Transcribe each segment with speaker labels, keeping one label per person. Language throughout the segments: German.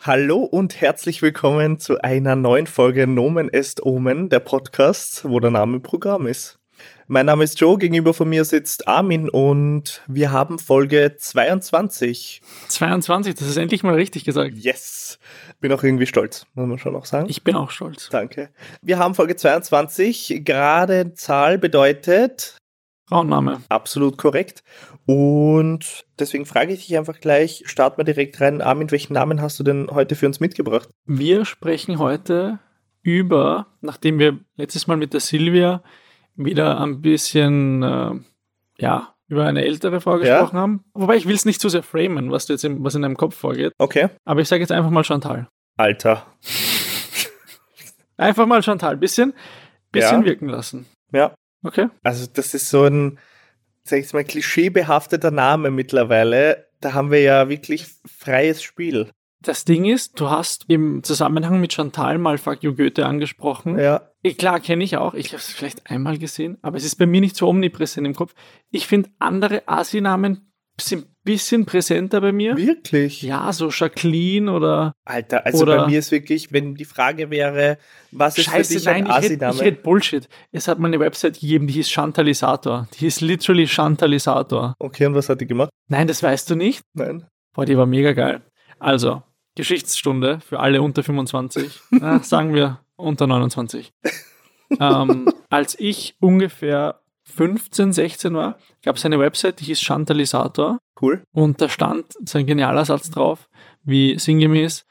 Speaker 1: Hallo und herzlich willkommen zu einer neuen Folge Nomen est Omen, der Podcast, wo der Name Programm ist. Mein Name ist Joe, gegenüber von mir sitzt Armin und wir haben Folge 22.
Speaker 2: 22, das ist endlich mal richtig gesagt.
Speaker 1: Yes! Bin auch irgendwie stolz, muss man schon auch sagen.
Speaker 2: Ich bin auch stolz.
Speaker 1: Danke. Wir haben Folge 22, gerade Zahl bedeutet
Speaker 2: Frauenname.
Speaker 1: absolut korrekt. Und deswegen frage ich dich einfach gleich, starten wir direkt rein. Armin, welchen Namen hast du denn heute für uns mitgebracht?
Speaker 2: Wir sprechen heute über, nachdem wir letztes Mal mit der Silvia wieder ein bisschen, äh, ja, über eine ältere Frau
Speaker 1: Ja.
Speaker 2: gesprochen haben. Wobei ich will es nicht zu sehr framen, was, du jetzt in, was in deinem Kopf vorgeht.
Speaker 1: Okay.
Speaker 2: Aber ich sage jetzt einfach mal Chantal.
Speaker 1: Alter.
Speaker 2: Einfach mal Chantal, bisschen, bisschen
Speaker 1: Ja.
Speaker 2: wirken lassen.
Speaker 1: Ja.
Speaker 2: Okay?
Speaker 1: Also das ist so ein, sag ich mal, klischeebehafteter Name mittlerweile. Da haben wir ja wirklich freies Spiel.
Speaker 2: Das Ding ist, du hast im Zusammenhang mit Chantal mal Fuck You Goethe angesprochen.
Speaker 1: Ja.
Speaker 2: Eh, Klar, kenne ich auch. Ich habe es vielleicht einmal gesehen, aber es ist bei mir nicht so omnipräsent im Kopf. Ich finde, andere Asi-Namen sind ein bisschen präsenter bei mir.
Speaker 1: Wirklich?
Speaker 2: Ja, so Jacqueline oder.
Speaker 1: Alter, also
Speaker 2: Oder-
Speaker 1: bei mir ist wirklich, wenn die Frage wäre, was ist für
Speaker 2: Scheiße,
Speaker 1: dich
Speaker 2: nein,
Speaker 1: ein
Speaker 2: ich rede
Speaker 1: Asi-Name?
Speaker 2: red Bullshit. Es hat mal eine Website gegeben, die hieß Chantalisator. Die hieß literally Chantalisator.
Speaker 1: Okay, und was hat die gemacht?
Speaker 2: Nein, das weißt du nicht.
Speaker 1: Nein.
Speaker 2: Boah, die war mega geil. Also, Geschichtsstunde für alle unter 25. Na, sagen wir unter 29. ähm, als ich ungefähr 15, 16 war, gab es eine Website, die hieß Chantalisator.
Speaker 1: Cool.
Speaker 2: Und da stand so ein genialer Satz drauf, wie sinngemäß,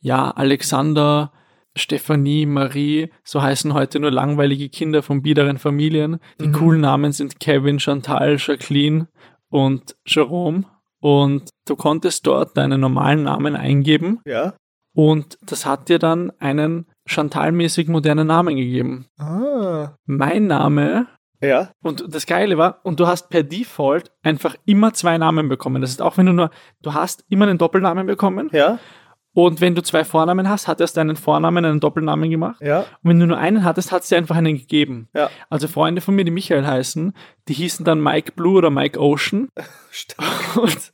Speaker 2: ja, Alexander, Stephanie, Marie, so heißen heute nur langweilige Kinder von biederen Familien. Die
Speaker 1: Mhm.
Speaker 2: coolen Namen sind Kevin, Chantal, Jacqueline und Jerome. Und du konntest dort deinen normalen Namen eingeben
Speaker 1: Ja.
Speaker 2: und das hat dir dann einen Chantal-mäßig modernen Namen gegeben.
Speaker 1: Ah.
Speaker 2: Mein Name
Speaker 1: Ja.
Speaker 2: und das Geile war, und du hast per Default einfach immer zwei Namen bekommen. Das heißt, auch wenn du nur, du hast immer einen Doppelnamen bekommen.
Speaker 1: Ja.
Speaker 2: Und wenn du zwei Vornamen hast, hat es deinen Vornamen einen Doppelnamen gemacht.
Speaker 1: Ja.
Speaker 2: Und wenn du nur einen hattest, hat es dir einfach einen gegeben.
Speaker 1: Ja.
Speaker 2: Also Freunde von mir, die Michael heißen, die hießen dann Mike Blue oder Mike Ocean.
Speaker 1: Stark.
Speaker 2: Und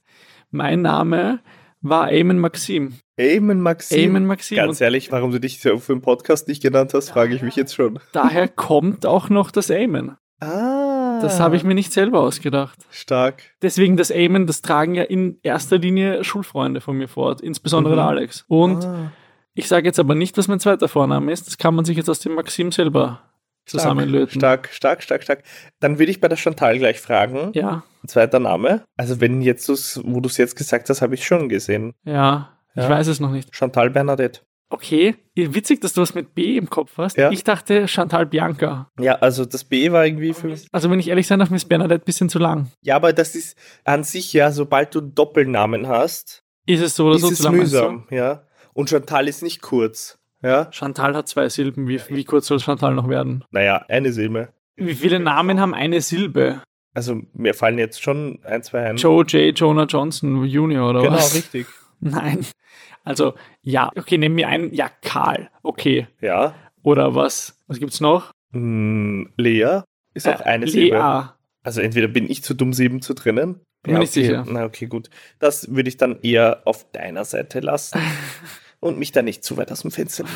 Speaker 2: mein Name war Eamon Maxim.
Speaker 1: Eamon Maxim.
Speaker 2: Eamon Maxim.
Speaker 1: Ganz
Speaker 2: Und
Speaker 1: ehrlich, warum du dich so für den Podcast nicht genannt hast, frage ich mich jetzt schon.
Speaker 2: daher kommt auch noch das Eamon.
Speaker 1: Ah.
Speaker 2: Das habe ich mir nicht selber ausgedacht.
Speaker 1: Stark.
Speaker 2: Deswegen das Amen, das tragen ja in erster Linie Schulfreunde von mir fort, insbesondere
Speaker 1: Mhm.
Speaker 2: der Alex. Und
Speaker 1: ah.
Speaker 2: ich sage jetzt aber nicht, was mein zweiter Vorname ist, das kann man sich jetzt aus dem Maxim selber zusammenlöten.
Speaker 1: Stark, stark, stark, stark. Dann würde ich bei der Chantal gleich fragen.
Speaker 2: Ja,
Speaker 1: Zweiter Name. Also wenn jetzt du's, wo du es jetzt gesagt hast, habe ich schon gesehen.
Speaker 2: ja,
Speaker 1: Ja.
Speaker 2: ich weiß es noch nicht.
Speaker 1: Chantal Bernadette.
Speaker 2: Okay, witzig, dass du was mit B im Kopf hast.
Speaker 1: Ja.
Speaker 2: Ich dachte Chantal Bianca.
Speaker 1: Ja, also das B war irgendwie für mich.
Speaker 2: Also wenn ich ehrlich sein darf, Miss Bernadette ein bisschen zu lang.
Speaker 1: Ja, aber das ist an sich ja, sobald du einen Doppelnamen hast,
Speaker 2: Ist es so oder
Speaker 1: ist
Speaker 2: so
Speaker 1: es
Speaker 2: zu lang? meinst du?
Speaker 1: mühsam, ja. Und Chantal ist nicht kurz, ja.
Speaker 2: Chantal hat zwei Silben. Wie, wie kurz soll Chantal noch werden?
Speaker 1: Naja, eine Silbe.
Speaker 2: Wie viele Namen haben eine Silbe?
Speaker 1: Also mir fallen jetzt schon ein, zwei ein.
Speaker 2: Joe J. Jonah Johnson Jr. oder
Speaker 1: Mhm. genau,
Speaker 2: was?
Speaker 1: richtig.
Speaker 2: Nein. Also, ja, okay, nehmen wir einen. Ja, Karl. Okay.
Speaker 1: Ja.
Speaker 2: Oder was? Was gibt's noch?
Speaker 1: Hm, Lea ist auch
Speaker 2: Äh,
Speaker 1: eine Silbe.
Speaker 2: Lea.
Speaker 1: Also entweder bin ich zu dumm, Silben zu trennen.
Speaker 2: Bin mir nicht
Speaker 1: okay.
Speaker 2: sicher.
Speaker 1: Na okay, gut. Das würde ich dann eher auf deiner Seite lassen und mich da nicht zu weit aus dem Fenster lehnen.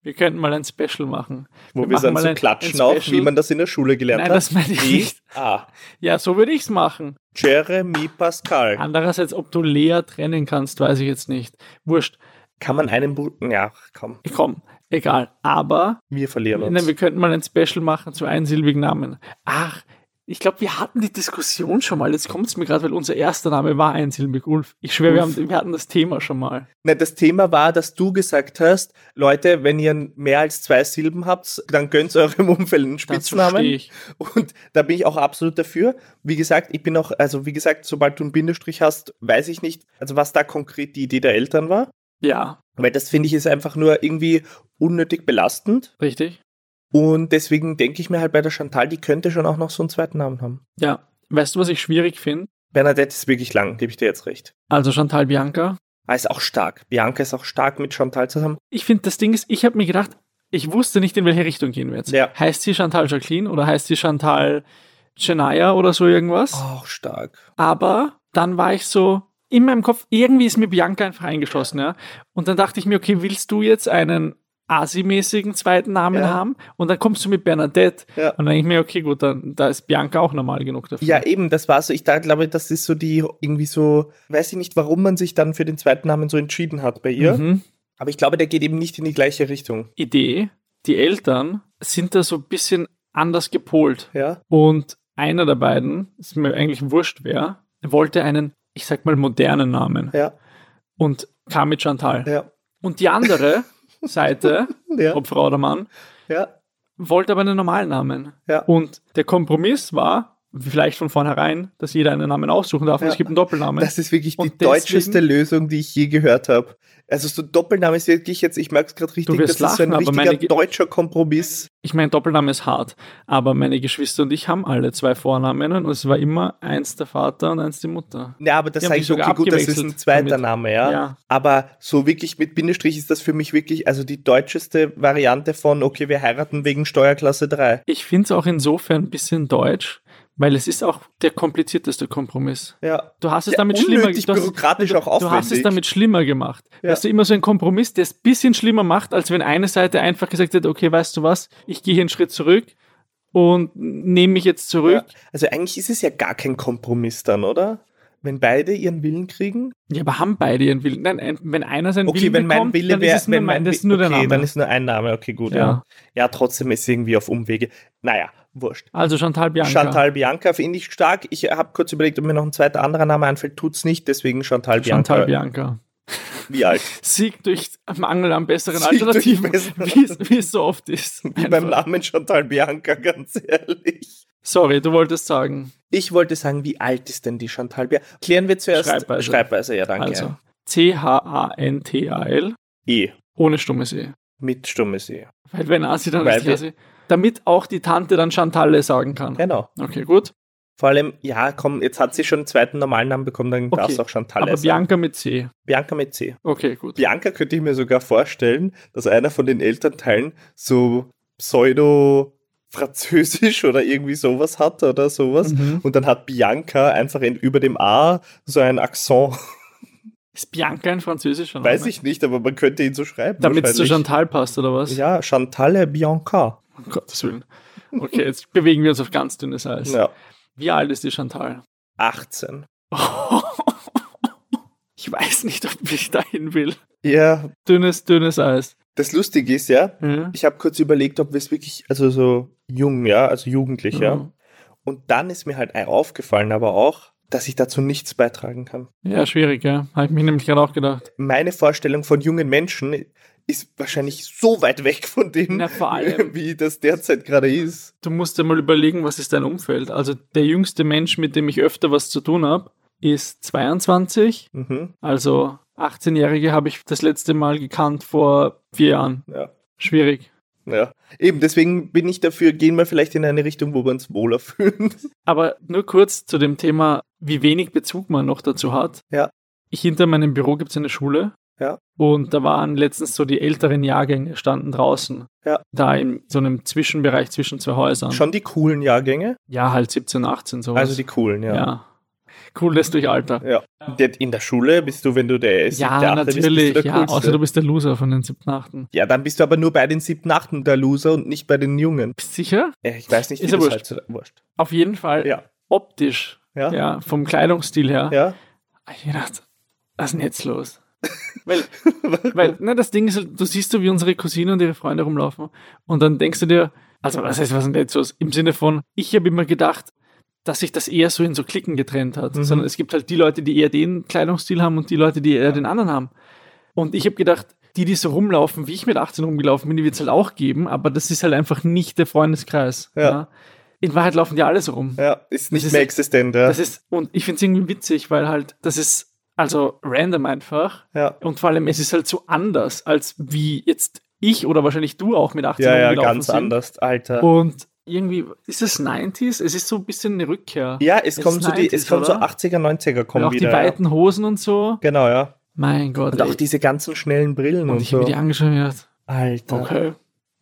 Speaker 2: Wir könnten mal ein Special machen.
Speaker 1: Wo wir,
Speaker 2: machen
Speaker 1: dann
Speaker 2: mal
Speaker 1: so
Speaker 2: ein-
Speaker 1: klatschen
Speaker 2: ein
Speaker 1: auch,
Speaker 2: Special.
Speaker 1: wie man das in der Schule gelernt
Speaker 2: Nein,
Speaker 1: hat.
Speaker 2: das meine ich
Speaker 1: Die-
Speaker 2: nicht.
Speaker 1: Ah,
Speaker 2: Ja, so würde ich's machen.
Speaker 1: Jeremy Pascal.
Speaker 2: Andererseits, ob du Lea trennen kannst, weiß ich jetzt nicht. Wurscht.
Speaker 1: Kann man einen Buben. Ja, komm,
Speaker 2: Komm, egal. Aber
Speaker 1: wir verlieren uns.
Speaker 2: nein, wir könnten mal ein Special machen zu einsilbigen Namen. Ach, ich glaube, wir hatten die Diskussion schon mal. Jetzt kommt's mir gerade, weil unser erster Name war einsilbig Ulf. Ich schwöre, wir,
Speaker 1: Ulf.
Speaker 2: haben- wir hatten das Thema schon mal.
Speaker 1: Na, das Thema war, dass du gesagt hast, Leute, wenn ihr mehr als zwei Silben habt, dann gönnt eurem Umfeld einen
Speaker 2: Dazu stehe
Speaker 1: Spitznamen.
Speaker 2: ich.
Speaker 1: Und da bin ich auch absolut dafür. Wie gesagt, ich bin auch, also wie gesagt, sobald du einen Bindestrich hast, weiß ich nicht, also was da konkret die Idee der Eltern war.
Speaker 2: Ja,
Speaker 1: Weil das finde ich ist einfach nur irgendwie unnötig belastend.
Speaker 2: richtig.
Speaker 1: Und deswegen denke ich mir halt bei der Chantal, die könnte schon auch noch so einen zweiten Namen haben.
Speaker 2: Ja, weißt du, was ich schwierig finde?
Speaker 1: Bernadette ist wirklich lang, gebe ich dir jetzt recht.
Speaker 2: Also Chantal Bianca.
Speaker 1: Ah, ist auch stark. Bianca ist auch stark mit Chantal zusammen.
Speaker 2: Ich finde, das Ding ist, ich habe mir gedacht, ich wusste nicht, in welche Richtung gehen wir jetzt.
Speaker 1: Ja.
Speaker 2: Heißt sie Chantal Jacqueline oder heißt sie
Speaker 1: Oh.
Speaker 2: Chantal Shania oder so irgendwas?
Speaker 1: Auch stark.
Speaker 2: Aber dann war ich so, in meinem Kopf, irgendwie ist mir Bianca einfach eingeschossen, ja. Und dann dachte ich mir, okay, willst du jetzt einen asimäßigen zweiten Namen
Speaker 1: Ja.
Speaker 2: haben? Und dann kommst du mit Bernadette.
Speaker 1: Ja.
Speaker 2: Und dann denke ich mir, okay, gut, dann da ist Bianca auch normal genug dafür.
Speaker 1: Ja, eben, das war so, ich da glaube, das ist so die, irgendwie so, weiß ich nicht, warum man sich dann für den zweiten Namen so entschieden hat bei ihr,
Speaker 2: Mhm.
Speaker 1: aber ich glaube, der geht eben nicht in die gleiche Richtung,
Speaker 2: Idee, die Eltern sind da so ein bisschen anders gepolt.
Speaker 1: ja?
Speaker 2: Und einer der beiden, ist mir eigentlich wurscht wer, wollte einen, ich sag mal, modernen Namen
Speaker 1: Ja,
Speaker 2: und kam mit Chantal.
Speaker 1: ja,
Speaker 2: Und die andere Seite,
Speaker 1: ja,
Speaker 2: ob Frau oder Mann,
Speaker 1: ja,
Speaker 2: wollte aber einen normalen Namen.
Speaker 1: Ja.
Speaker 2: Und der Kompromiss war, vielleicht von vornherein, dass jeder einen Namen aussuchen darf und
Speaker 1: Ja.
Speaker 2: es gibt einen Doppelnamen.
Speaker 1: das ist wirklich die
Speaker 2: Und deswegen-
Speaker 1: deutscheste Lösung, die ich je gehört habe. Also so Doppelname ist wirklich jetzt, ich merke es gerade richtig, das
Speaker 2: wirst
Speaker 1: ist so ein
Speaker 2: lachen, aber
Speaker 1: richtiger
Speaker 2: meine Ge-
Speaker 1: deutscher Kompromiss.
Speaker 2: ich meine, Doppelname ist hart, aber meine Geschwister und ich haben alle zwei Vornamen und es war immer eins der Vater und eins die Mutter.
Speaker 1: Ja, aber das
Speaker 2: Die haben
Speaker 1: sage
Speaker 2: sich
Speaker 1: ich, okay,
Speaker 2: sogar
Speaker 1: gut, das ist ein
Speaker 2: abgewechselt
Speaker 1: zweiter
Speaker 2: damit.
Speaker 1: Name, ja?
Speaker 2: Ja.
Speaker 1: Aber so wirklich mit Bindestrich ist das für mich wirklich, also die deutscheste Variante von, okay, wir heiraten wegen Steuerklasse 3.
Speaker 2: Ich finde es auch insofern ein bisschen deutsch, weil es ist auch der komplizierteste Kompromiss.
Speaker 1: Ja.
Speaker 2: Du hast es
Speaker 1: Ja,
Speaker 2: damit schlimmer
Speaker 1: unnötig
Speaker 2: du hast-
Speaker 1: bürokratisch auch
Speaker 2: Du hast es
Speaker 1: aufwendig.
Speaker 2: damit schlimmer gemacht.
Speaker 1: Ja.
Speaker 2: Weißt du, immer so ein Kompromiss, der es ein bisschen schlimmer macht, als wenn eine Seite einfach gesagt hätte, okay, weißt du was, ich gehe hier einen Schritt zurück und nehme mich jetzt zurück.
Speaker 1: Also eigentlich ist es ja gar kein Kompromiss dann, oder? Wenn beide ihren Willen kriegen?
Speaker 2: Ja, aber haben beide ihren Willen. Nein, ein- wenn einer seinen
Speaker 1: Okay,
Speaker 2: Willen
Speaker 1: wenn mein
Speaker 2: bekommt,
Speaker 1: Wille
Speaker 2: dann
Speaker 1: wäre,
Speaker 2: ist es nur,
Speaker 1: wenn mein
Speaker 2: mein, das ist nur der
Speaker 1: okay,
Speaker 2: Name.
Speaker 1: dann ist nur ein Name, okay, gut, ja. ja.
Speaker 2: Ja.
Speaker 1: trotzdem ist irgendwie auf Umwege. Naja, wurscht.
Speaker 2: also Chantal Bianca.
Speaker 1: Chantal Bianca finde ich stark. Ich habe kurz überlegt, ob mir noch ein zweiter anderer Name einfällt. Tut's nicht, deswegen Chantal Bianca.
Speaker 2: Chantal Bianca.
Speaker 1: Wie alt?
Speaker 2: Sieg durch Mangel an besseren
Speaker 1: Sieg durch
Speaker 2: Alternativen,
Speaker 1: bessere-
Speaker 2: wie es- wie es so oft ist.
Speaker 1: Wie beim Namen Chantal Bianca, ganz ehrlich.
Speaker 2: Sorry, du wolltest sagen.
Speaker 1: Ich wollte sagen, wie alt ist denn die Chantal Bianca? Klären wir zuerst
Speaker 2: Schreibweise.
Speaker 1: Schreibweise ja, danke.
Speaker 2: Also, C-H-A-N-T-A-L,
Speaker 1: E.
Speaker 2: ohne stummes E.
Speaker 1: Mit stummes E.
Speaker 2: Weil wenn Asi dann
Speaker 1: Weil
Speaker 2: ist Asi. Damit auch die Tante dann Chantalle sagen kann.
Speaker 1: Genau.
Speaker 2: Okay, gut.
Speaker 1: Vor allem, ja, komm, jetzt hat sie schon einen zweiten normalen Namen bekommen, dann
Speaker 2: Okay,
Speaker 1: darf es auch Chantal
Speaker 2: Aber
Speaker 1: sein.
Speaker 2: Bianca mit C.
Speaker 1: Bianca mit C.
Speaker 2: Okay, gut.
Speaker 1: Bianca könnte ich mir sogar vorstellen, dass einer von den Elternteilen so pseudo-französisch oder irgendwie sowas hat oder sowas.
Speaker 2: Mhm.
Speaker 1: Und dann hat Bianca einfach in, über dem A so einen Akzent.
Speaker 2: Ist Bianca ein französischer Name?
Speaker 1: Weiß ich nicht, aber man könnte ihn so schreiben.
Speaker 2: Damit es zu
Speaker 1: wahrscheinlich.
Speaker 2: Chantal passt, oder was?
Speaker 1: Ja, Chantal Bianca.
Speaker 2: Um Gottes Willen. Okay, jetzt bewegen wir uns auf ganz dünnes Eis.
Speaker 1: Ja.
Speaker 2: Wie alt ist die Chantal?
Speaker 1: 18.
Speaker 2: Ich weiß nicht, ob ich dahin will.
Speaker 1: Ja,
Speaker 2: Dünnes, dünnes Eis.
Speaker 1: das Lustige ist ja,
Speaker 2: Ja.
Speaker 1: ich habe kurz überlegt, ob wir es wirklich, also so jung, ja, also jugendlich, ja.
Speaker 2: Ja.
Speaker 1: Und dann ist mir halt aufgefallen, aber auch, dass ich dazu nichts beitragen kann.
Speaker 2: ja, schwierig, ja. Habe ich mir nämlich gerade auch gedacht.
Speaker 1: Meine Vorstellung von jungen Menschen ist wahrscheinlich so weit weg von dem,
Speaker 2: Na, vor allem.
Speaker 1: wie das derzeit gerade ist.
Speaker 2: Hm? Du musst dir mal überlegen, was ist dein Umfeld. Also der jüngste Mensch, mit dem ich öfter was zu tun habe, ist 22.
Speaker 1: Mhm,
Speaker 2: Also 18-Jährige habe ich das letzte Mal gekannt vor vier Jahren.
Speaker 1: ja,
Speaker 2: Schwierig.
Speaker 1: ja. Eben, deswegen bin ich dafür, gehen wir vielleicht in eine Richtung, wo wir uns wohler fühlen.
Speaker 2: Aber nur kurz zu dem Thema, wie wenig Bezug man noch dazu hat.
Speaker 1: Ja.
Speaker 2: Ich, hinter meinem Büro gibt es eine Schule.
Speaker 1: Ja.
Speaker 2: Und da waren letztens so die älteren Jahrgänge, standen draußen.
Speaker 1: Ja.
Speaker 2: Da in so einem Zwischenbereich zwischen zwei Häusern.
Speaker 1: Schon die coolen Jahrgänge?
Speaker 2: Ja, halt 17, 18, sowas.
Speaker 1: Also die coolen,
Speaker 2: ja.
Speaker 1: ja.
Speaker 2: Cool lässt durch Alter.
Speaker 1: ja. Der- In der Schule bist du, wenn du der siebte,
Speaker 2: Ja,
Speaker 1: achte bist,
Speaker 2: natürlich.
Speaker 1: bist du der
Speaker 2: ja, außer du
Speaker 1: Coolste.
Speaker 2: bist der Loser von den siebten, achten.
Speaker 1: Ja, dann bist du aber nur bei den siebten, achten der Loser und nicht bei den Jungen.
Speaker 2: Bist sicher?
Speaker 1: Ja, Ich weiß nicht,
Speaker 2: Ist ja
Speaker 1: das
Speaker 2: wurscht.
Speaker 1: halt so- wurscht.
Speaker 2: Auf jeden Fall
Speaker 1: Ja,
Speaker 2: optisch,
Speaker 1: ja, ja.
Speaker 2: ja, vom Kleidungsstil her.
Speaker 1: ja.
Speaker 2: Hab Ich gedacht, was ist denn jetzt los? weil, weil na, das Ding ist, halt, du siehst so, wie unsere Cousine und ihre Freunde rumlaufen und dann denkst du dir, also was heißt, was ist denn jetzt los? Im Sinne von, ich habe immer gedacht, dass sich das eher so in so Klicken getrennt hat,
Speaker 1: Mhm.
Speaker 2: sondern es gibt halt die Leute, die eher den Kleidungsstil haben und die Leute, die eher den anderen haben. Und ich habe gedacht, die, die so rumlaufen, wie ich mit 18 rumgelaufen bin, die wird es halt auch geben, aber das ist halt einfach nicht der Freundeskreis.
Speaker 1: Ja.
Speaker 2: In Wahrheit laufen die alle so rum.
Speaker 1: Ja, ist nicht
Speaker 2: ist-
Speaker 1: mehr existent. Ja.
Speaker 2: Das ist, und ich finde es irgendwie witzig, weil halt, das ist also random einfach.
Speaker 1: ja.
Speaker 2: Und vor allem, es ist halt so anders, als wie jetzt ich oder wahrscheinlich du auch mit 18
Speaker 1: ja, ja,
Speaker 2: rumgelaufen
Speaker 1: ganz
Speaker 2: sind.
Speaker 1: anders, Alter.
Speaker 2: Und irgendwie, ist es 90s? Es ist so ein bisschen eine Rückkehr.
Speaker 1: ja, es
Speaker 2: es
Speaker 1: kommen
Speaker 2: ist
Speaker 1: so die, es
Speaker 2: 90s,
Speaker 1: kommen so
Speaker 2: oder?
Speaker 1: 80er, 90er
Speaker 2: und
Speaker 1: kommen
Speaker 2: auch
Speaker 1: wieder.
Speaker 2: die weiten Hosen und so.
Speaker 1: ja. Genau, ja.
Speaker 2: Mein Gott.
Speaker 1: Und auch
Speaker 2: ey.
Speaker 1: diese ganzen schnellen Brillen und,
Speaker 2: und ich habe
Speaker 1: so.
Speaker 2: mir die angeschaut und gedacht,
Speaker 1: Alter.
Speaker 2: okay.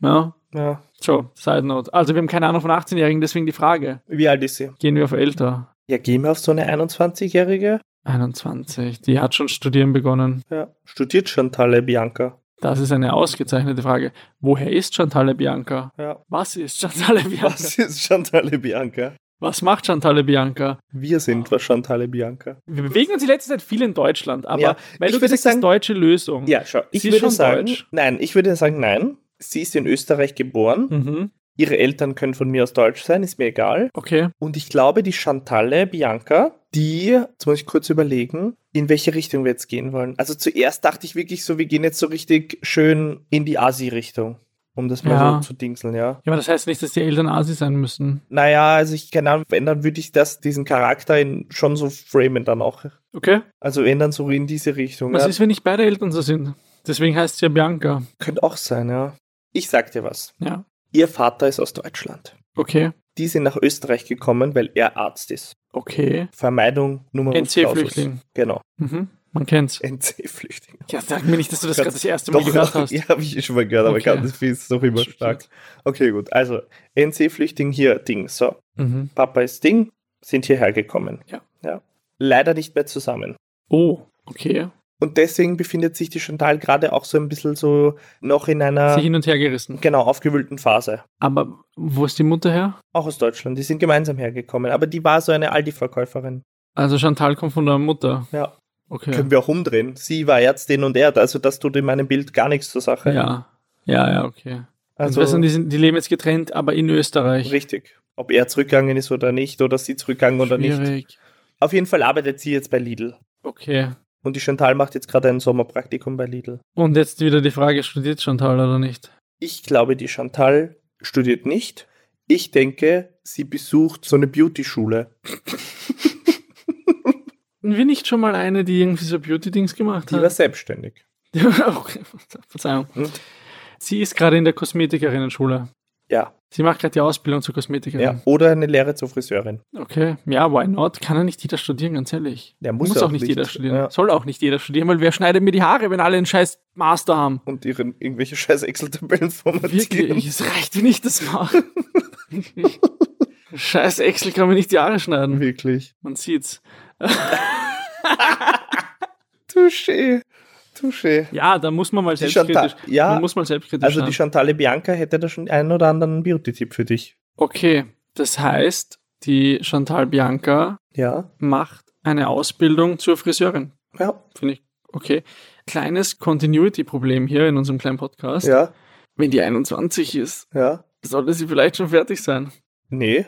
Speaker 2: Ja,
Speaker 1: Ja.
Speaker 2: so, Side Note. Also, wir haben keine Ahnung von 18-Jährigen, deswegen die Frage:
Speaker 1: Wie alt ist sie?
Speaker 2: Gehen wir auf älter?
Speaker 1: Ja, gehen wir auf so eine 21-Jährige?
Speaker 2: 21. Die hat schon studieren begonnen.
Speaker 1: Ja. Studiert Chantal Bianca.
Speaker 2: Das ist eine ausgezeichnete Frage. Woher ist Chantal Bianca?
Speaker 1: Ja.
Speaker 2: Was ist Chantal Bianca?
Speaker 1: Was
Speaker 2: Was,
Speaker 1: ist Chantal Bianca?
Speaker 2: macht Chantal Bianca?
Speaker 1: Wir sind was Chantal Bianca.
Speaker 2: Wir bewegen uns die letzte Zeit viel in Deutschland, aber
Speaker 1: Ja,
Speaker 2: weil
Speaker 1: ich
Speaker 2: du
Speaker 1: würde
Speaker 2: gesagt hast,
Speaker 1: sagen-
Speaker 2: deutsche Lösung.
Speaker 1: Ja, schau. Ich
Speaker 2: Sie ist
Speaker 1: würde
Speaker 2: schon
Speaker 1: sagen,
Speaker 2: deutsch.
Speaker 1: nein, ich würde sagen, nein. Sie ist in Österreich geboren.
Speaker 2: Mhm.
Speaker 1: Ihre Eltern können von mir aus deutsch sein, ist mir egal.
Speaker 2: Okay.
Speaker 1: Und ich glaube, die Chantalle Bianca, die, jetzt muss ich kurz überlegen, in welche Richtung wir jetzt gehen wollen. Also zuerst dachte ich wirklich so, wir gehen jetzt so richtig schön in die Asi-Richtung, um das mal
Speaker 2: Ja.
Speaker 1: so zu dingseln, ja.
Speaker 2: Ja, aber das heißt nicht, dass die Eltern Asi sein müssen.
Speaker 1: Naja, also ich, keine Ahnung, wenn, dann würde ich das, diesen Charakter in, schon so framen dann auch.
Speaker 2: Okay?
Speaker 1: Also wenn dann so in diese Richtung.
Speaker 2: Was
Speaker 1: ja.
Speaker 2: ist, wenn nicht beide Eltern so sind? Deswegen heißt sie ja Bianca.
Speaker 1: Könnte auch sein, ja. Ich sag dir was.
Speaker 2: Ja.
Speaker 1: Ihr Vater ist aus Deutschland.
Speaker 2: Okay.
Speaker 1: Die sind nach Österreich gekommen, weil er Arzt ist.
Speaker 2: Okay.
Speaker 1: Vermeidung Nummer
Speaker 2: NC-Flüchtling.
Speaker 1: Genau.
Speaker 2: Mhm. Man kennt's.
Speaker 1: NC-Flüchtling.
Speaker 2: Ja, sag mir nicht, dass du das
Speaker 1: Gott,
Speaker 2: gerade das erste Mal gehört hast.
Speaker 1: Ja, habe ich schon mal gehört, aber
Speaker 2: Okay.
Speaker 1: ganz viel ist noch immer
Speaker 2: Shit.
Speaker 1: stark. Okay, gut. Also, NC-Flüchtling hier, Ding. So,
Speaker 2: Mhm.
Speaker 1: Papa ist Ding, sind hierher gekommen.
Speaker 2: Ja.
Speaker 1: ja. Leider nicht mehr zusammen.
Speaker 2: Oh, okay.
Speaker 1: Und deswegen befindet sich die Chantal gerade auch so ein bisschen so noch in
Speaker 2: Sie
Speaker 1: einer,
Speaker 2: hin und her gerissen.
Speaker 1: genau, aufgewühlten Phase.
Speaker 2: Aber wo ist die Mutter her?
Speaker 1: Auch aus Deutschland. Die sind gemeinsam hergekommen. Aber die war so eine Aldi-Verkäuferin.
Speaker 2: Also Chantal kommt von der Mutter.
Speaker 1: Ja.
Speaker 2: Okay.
Speaker 1: Können wir auch umdrehen. Sie war Ärztin und er. Also, das tut in meinem Bild gar nichts zur Sache.
Speaker 2: Ja. Ja, ja, okay.
Speaker 1: Also,
Speaker 2: Also, das sind, die, sind, die leben jetzt getrennt, aber in Österreich.
Speaker 1: richtig. Ob er zurückgegangen ist oder nicht, oder sie zurückgegangen oder nicht.
Speaker 2: Schwierig.
Speaker 1: Auf jeden Fall arbeitet sie jetzt bei Lidl.
Speaker 2: Okay.
Speaker 1: Und die Chantal macht jetzt gerade ein Sommerpraktikum bei Lidl.
Speaker 2: Und jetzt wieder die Frage, studiert Chantal oder nicht?
Speaker 1: Ich glaube, die Chantal studiert nicht. Ich denke, sie besucht so eine Beauty-Schule.
Speaker 2: Sind wir nicht schon mal eine, die irgendwie so Beauty-Dings gemacht
Speaker 1: Die war
Speaker 2: hat?
Speaker 1: selbstständig.
Speaker 2: okay. Verzeihung.
Speaker 1: Hm?
Speaker 2: Sie ist gerade in der Kosmetikerinnen-Schule.
Speaker 1: Ja,
Speaker 2: Sie macht gerade die Ausbildung zur
Speaker 1: ja.
Speaker 2: Kosmetikerin.
Speaker 1: Oder eine Lehre zur Friseurin.
Speaker 2: Okay. Ja, why not? Kann ja nicht jeder studieren, ganz ehrlich.
Speaker 1: Der
Speaker 2: Muss, auch nicht jeder studieren.
Speaker 1: Ja.
Speaker 2: Soll auch nicht jeder studieren, weil wer schneidet mir die Haare, wenn alle einen scheiß Master haben?
Speaker 1: Und ihren irgendwelche scheiß Excel-Tabellen formatieren.
Speaker 2: Wirklich, es reicht, wenn ich das mache. Scheiß Excel kann mir nicht die Haare schneiden.
Speaker 1: Wirklich.
Speaker 2: Man sieht's.
Speaker 1: Touché. Touché.
Speaker 2: Ja, da muss man mal
Speaker 1: Die Chantal,
Speaker 2: selbstkritisch.
Speaker 1: ja.
Speaker 2: Man muss mal selbstkritisch
Speaker 1: Also
Speaker 2: sein.
Speaker 1: die Chantal Bianca hätte da schon einen oder anderen Beauty-Tipp für dich.
Speaker 2: Okay, das heißt, die Chantal Bianca
Speaker 1: Ja.
Speaker 2: macht eine Ausbildung zur Friseurin.
Speaker 1: Ja.
Speaker 2: Finde ich okay. Kleines Continuity-Problem hier in unserem kleinen Podcast.
Speaker 1: Ja.
Speaker 2: Wenn die 21 ist,
Speaker 1: Ja.
Speaker 2: sollte sie vielleicht schon fertig sein.
Speaker 1: Nee.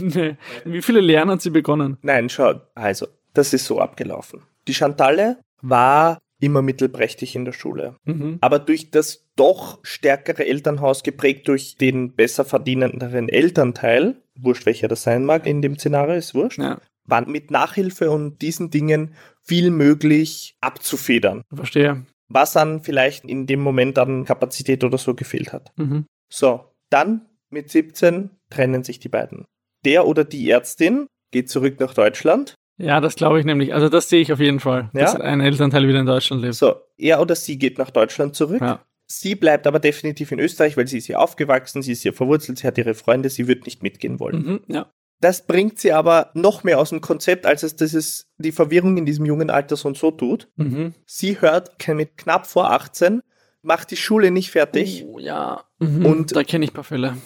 Speaker 2: Nee. Wie viele Lehren hat sie begonnen?
Speaker 1: Nein, schau, also, das ist so abgelaufen. Die Chantalle war immer mittelprächtig in der Schule,
Speaker 2: Mhm.
Speaker 1: aber durch das doch stärkere Elternhaus, geprägt durch den besser verdienenderen Elternteil, wurscht welcher das sein mag, in dem Szenario ist wurscht,
Speaker 2: Ja,
Speaker 1: war mit Nachhilfe und diesen Dingen viel möglich abzufedern,
Speaker 2: verstehe.
Speaker 1: was dann vielleicht in dem Moment an Kapazität oder so gefehlt hat.
Speaker 2: Mhm.
Speaker 1: So, dann mit 17 trennen sich die beiden. Der oder die Ärztin geht zurück nach Deutschland,
Speaker 2: Ja, das glaube ich nämlich. Also das sehe ich auf jeden Fall,
Speaker 1: Ja?
Speaker 2: dass ein Elternteil wieder in Deutschland lebt.
Speaker 1: So, er oder sie geht nach Deutschland zurück.
Speaker 2: Ja.
Speaker 1: Sie bleibt aber definitiv in Österreich, weil sie ist hier aufgewachsen, sie ist hier verwurzelt, sie hat ihre Freunde, sie wird nicht mitgehen wollen.
Speaker 2: Mhm, ja.
Speaker 1: Das bringt sie aber noch mehr aus dem Konzept, als es das ist, die Verwirrung in diesem jungen Alter so und so tut.
Speaker 2: Mhm.
Speaker 1: Sie hört ke- mit knapp vor 18, macht die Schule nicht fertig,
Speaker 2: Oh, ja. Mhm.
Speaker 1: Und-
Speaker 2: da kenne ich ein paar Fälle.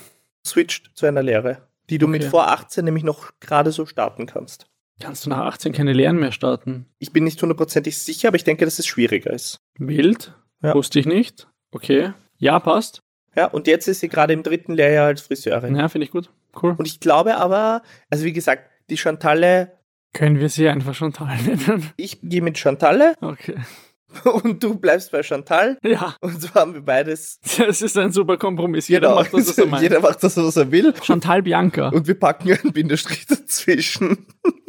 Speaker 1: switcht zu einer Lehre, die du mit
Speaker 2: Oh. Okay.
Speaker 1: vor 18 nämlich noch gerade so starten kannst.
Speaker 2: Kannst du nach 18 keine Lehren mehr starten?
Speaker 1: Ich bin nicht hundertprozentig sicher, aber ich denke, dass es schwieriger ist.
Speaker 2: Wild?
Speaker 1: Ja.
Speaker 2: Wusste ich nicht. Okay. Ja, passt.
Speaker 1: Ja, und jetzt ist sie gerade im dritten Lehrjahr als Friseurin.
Speaker 2: Ja, finde ich gut. Cool.
Speaker 1: Und ich glaube aber, also wie gesagt, die Chantalle,
Speaker 2: Können wir sie einfach schon nennen?
Speaker 1: ich gehe mit Chantalle
Speaker 2: Okay.
Speaker 1: und du bleibst bei Chantal.
Speaker 2: Ja,
Speaker 1: Und so haben wir beides.
Speaker 2: das ist ein super Kompromiss. Jeder
Speaker 1: Genau.
Speaker 2: macht das, was er meint.
Speaker 1: Jeder macht das, was er will.
Speaker 2: Chantal Bianca,
Speaker 1: Und wir packen einen Bindestrich dazwischen.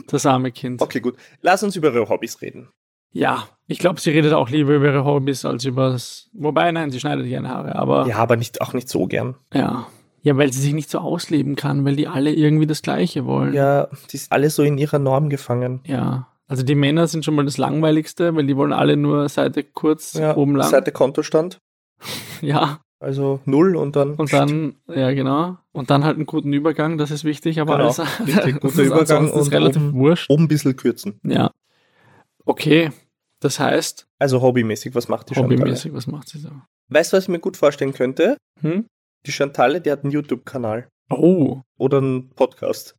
Speaker 2: das arme Kind.
Speaker 1: Okay, gut. Lass uns über ihre Hobbys reden.
Speaker 2: Ja, ich glaube, sie redet auch lieber über ihre Hobbys als übers. Wobei, nein, sie schneidet gerne Haare, aber
Speaker 1: Ja, aber nicht, auch nicht so gern.
Speaker 2: ja. Ja, weil sie sich nicht so ausleben kann, weil die alle irgendwie das Gleiche wollen.
Speaker 1: Ja, die ist alle so in ihrer Norm gefangen.
Speaker 2: Ja. Also die Männer sind schon mal das Langweiligste, weil die wollen alle nur Seite kurz,
Speaker 1: Ja,
Speaker 2: oben lang.
Speaker 1: Seite Kontostand.
Speaker 2: Ja.
Speaker 1: Also null und dann.
Speaker 2: Und dann, ja genau. Und dann halt einen guten Übergang, das ist wichtig, aber
Speaker 1: Genau.
Speaker 2: alles
Speaker 1: Richtig guter
Speaker 2: das ist
Speaker 1: Übergang
Speaker 2: ansonsten ist
Speaker 1: und
Speaker 2: relativ
Speaker 1: oben-
Speaker 2: wurscht.
Speaker 1: Oben ein bisschen kürzen.
Speaker 2: Ja. Okay, das heißt,
Speaker 1: Also hobbymäßig, was macht die Chantal?
Speaker 2: hobbymäßig, was macht sie da?
Speaker 1: Weißt du, was ich mir gut vorstellen könnte?
Speaker 2: Hm?
Speaker 1: Die Chantale, die hat einen YouTube-Kanal
Speaker 2: Oh,
Speaker 1: oder einen Podcast.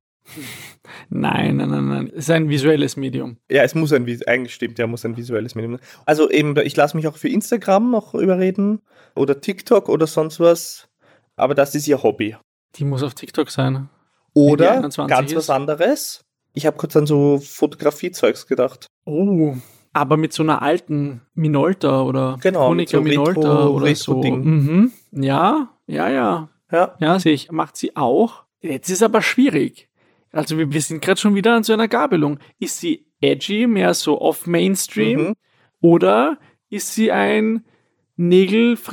Speaker 2: nein, nein, nein, nein. Es ist ein visuelles Medium.
Speaker 1: Ja, es muss ein, vis- eigentlich stimmt, ja, muss ein visuelles Medium sein. Also eben, ich lasse mich auch für Instagram noch überreden oder TikTok oder sonst was, aber das ist ihr Hobby.
Speaker 2: Die muss auf TikTok sein.
Speaker 1: Oder
Speaker 2: 21
Speaker 1: ganz
Speaker 2: ist.
Speaker 1: was anderes. Ich habe kurz an so Fotografiezeugs gedacht.
Speaker 2: Oh, aber mit so einer alten Minolta oder
Speaker 1: Genau, mit
Speaker 2: Konica
Speaker 1: so
Speaker 2: Minolta
Speaker 1: Retro-
Speaker 2: oder so.
Speaker 1: Retro-Ding.
Speaker 2: Mhm. Ja, ja, ja.
Speaker 1: Ja,
Speaker 2: Ja, sehe ich. Macht sie auch. Jetzt ist aber schwierig. Also wir, wir sind gerade schon wieder an so einer Gabelung. Ist sie edgy, mehr so off Mainstream?
Speaker 1: mhm.
Speaker 2: Oder ist sie ein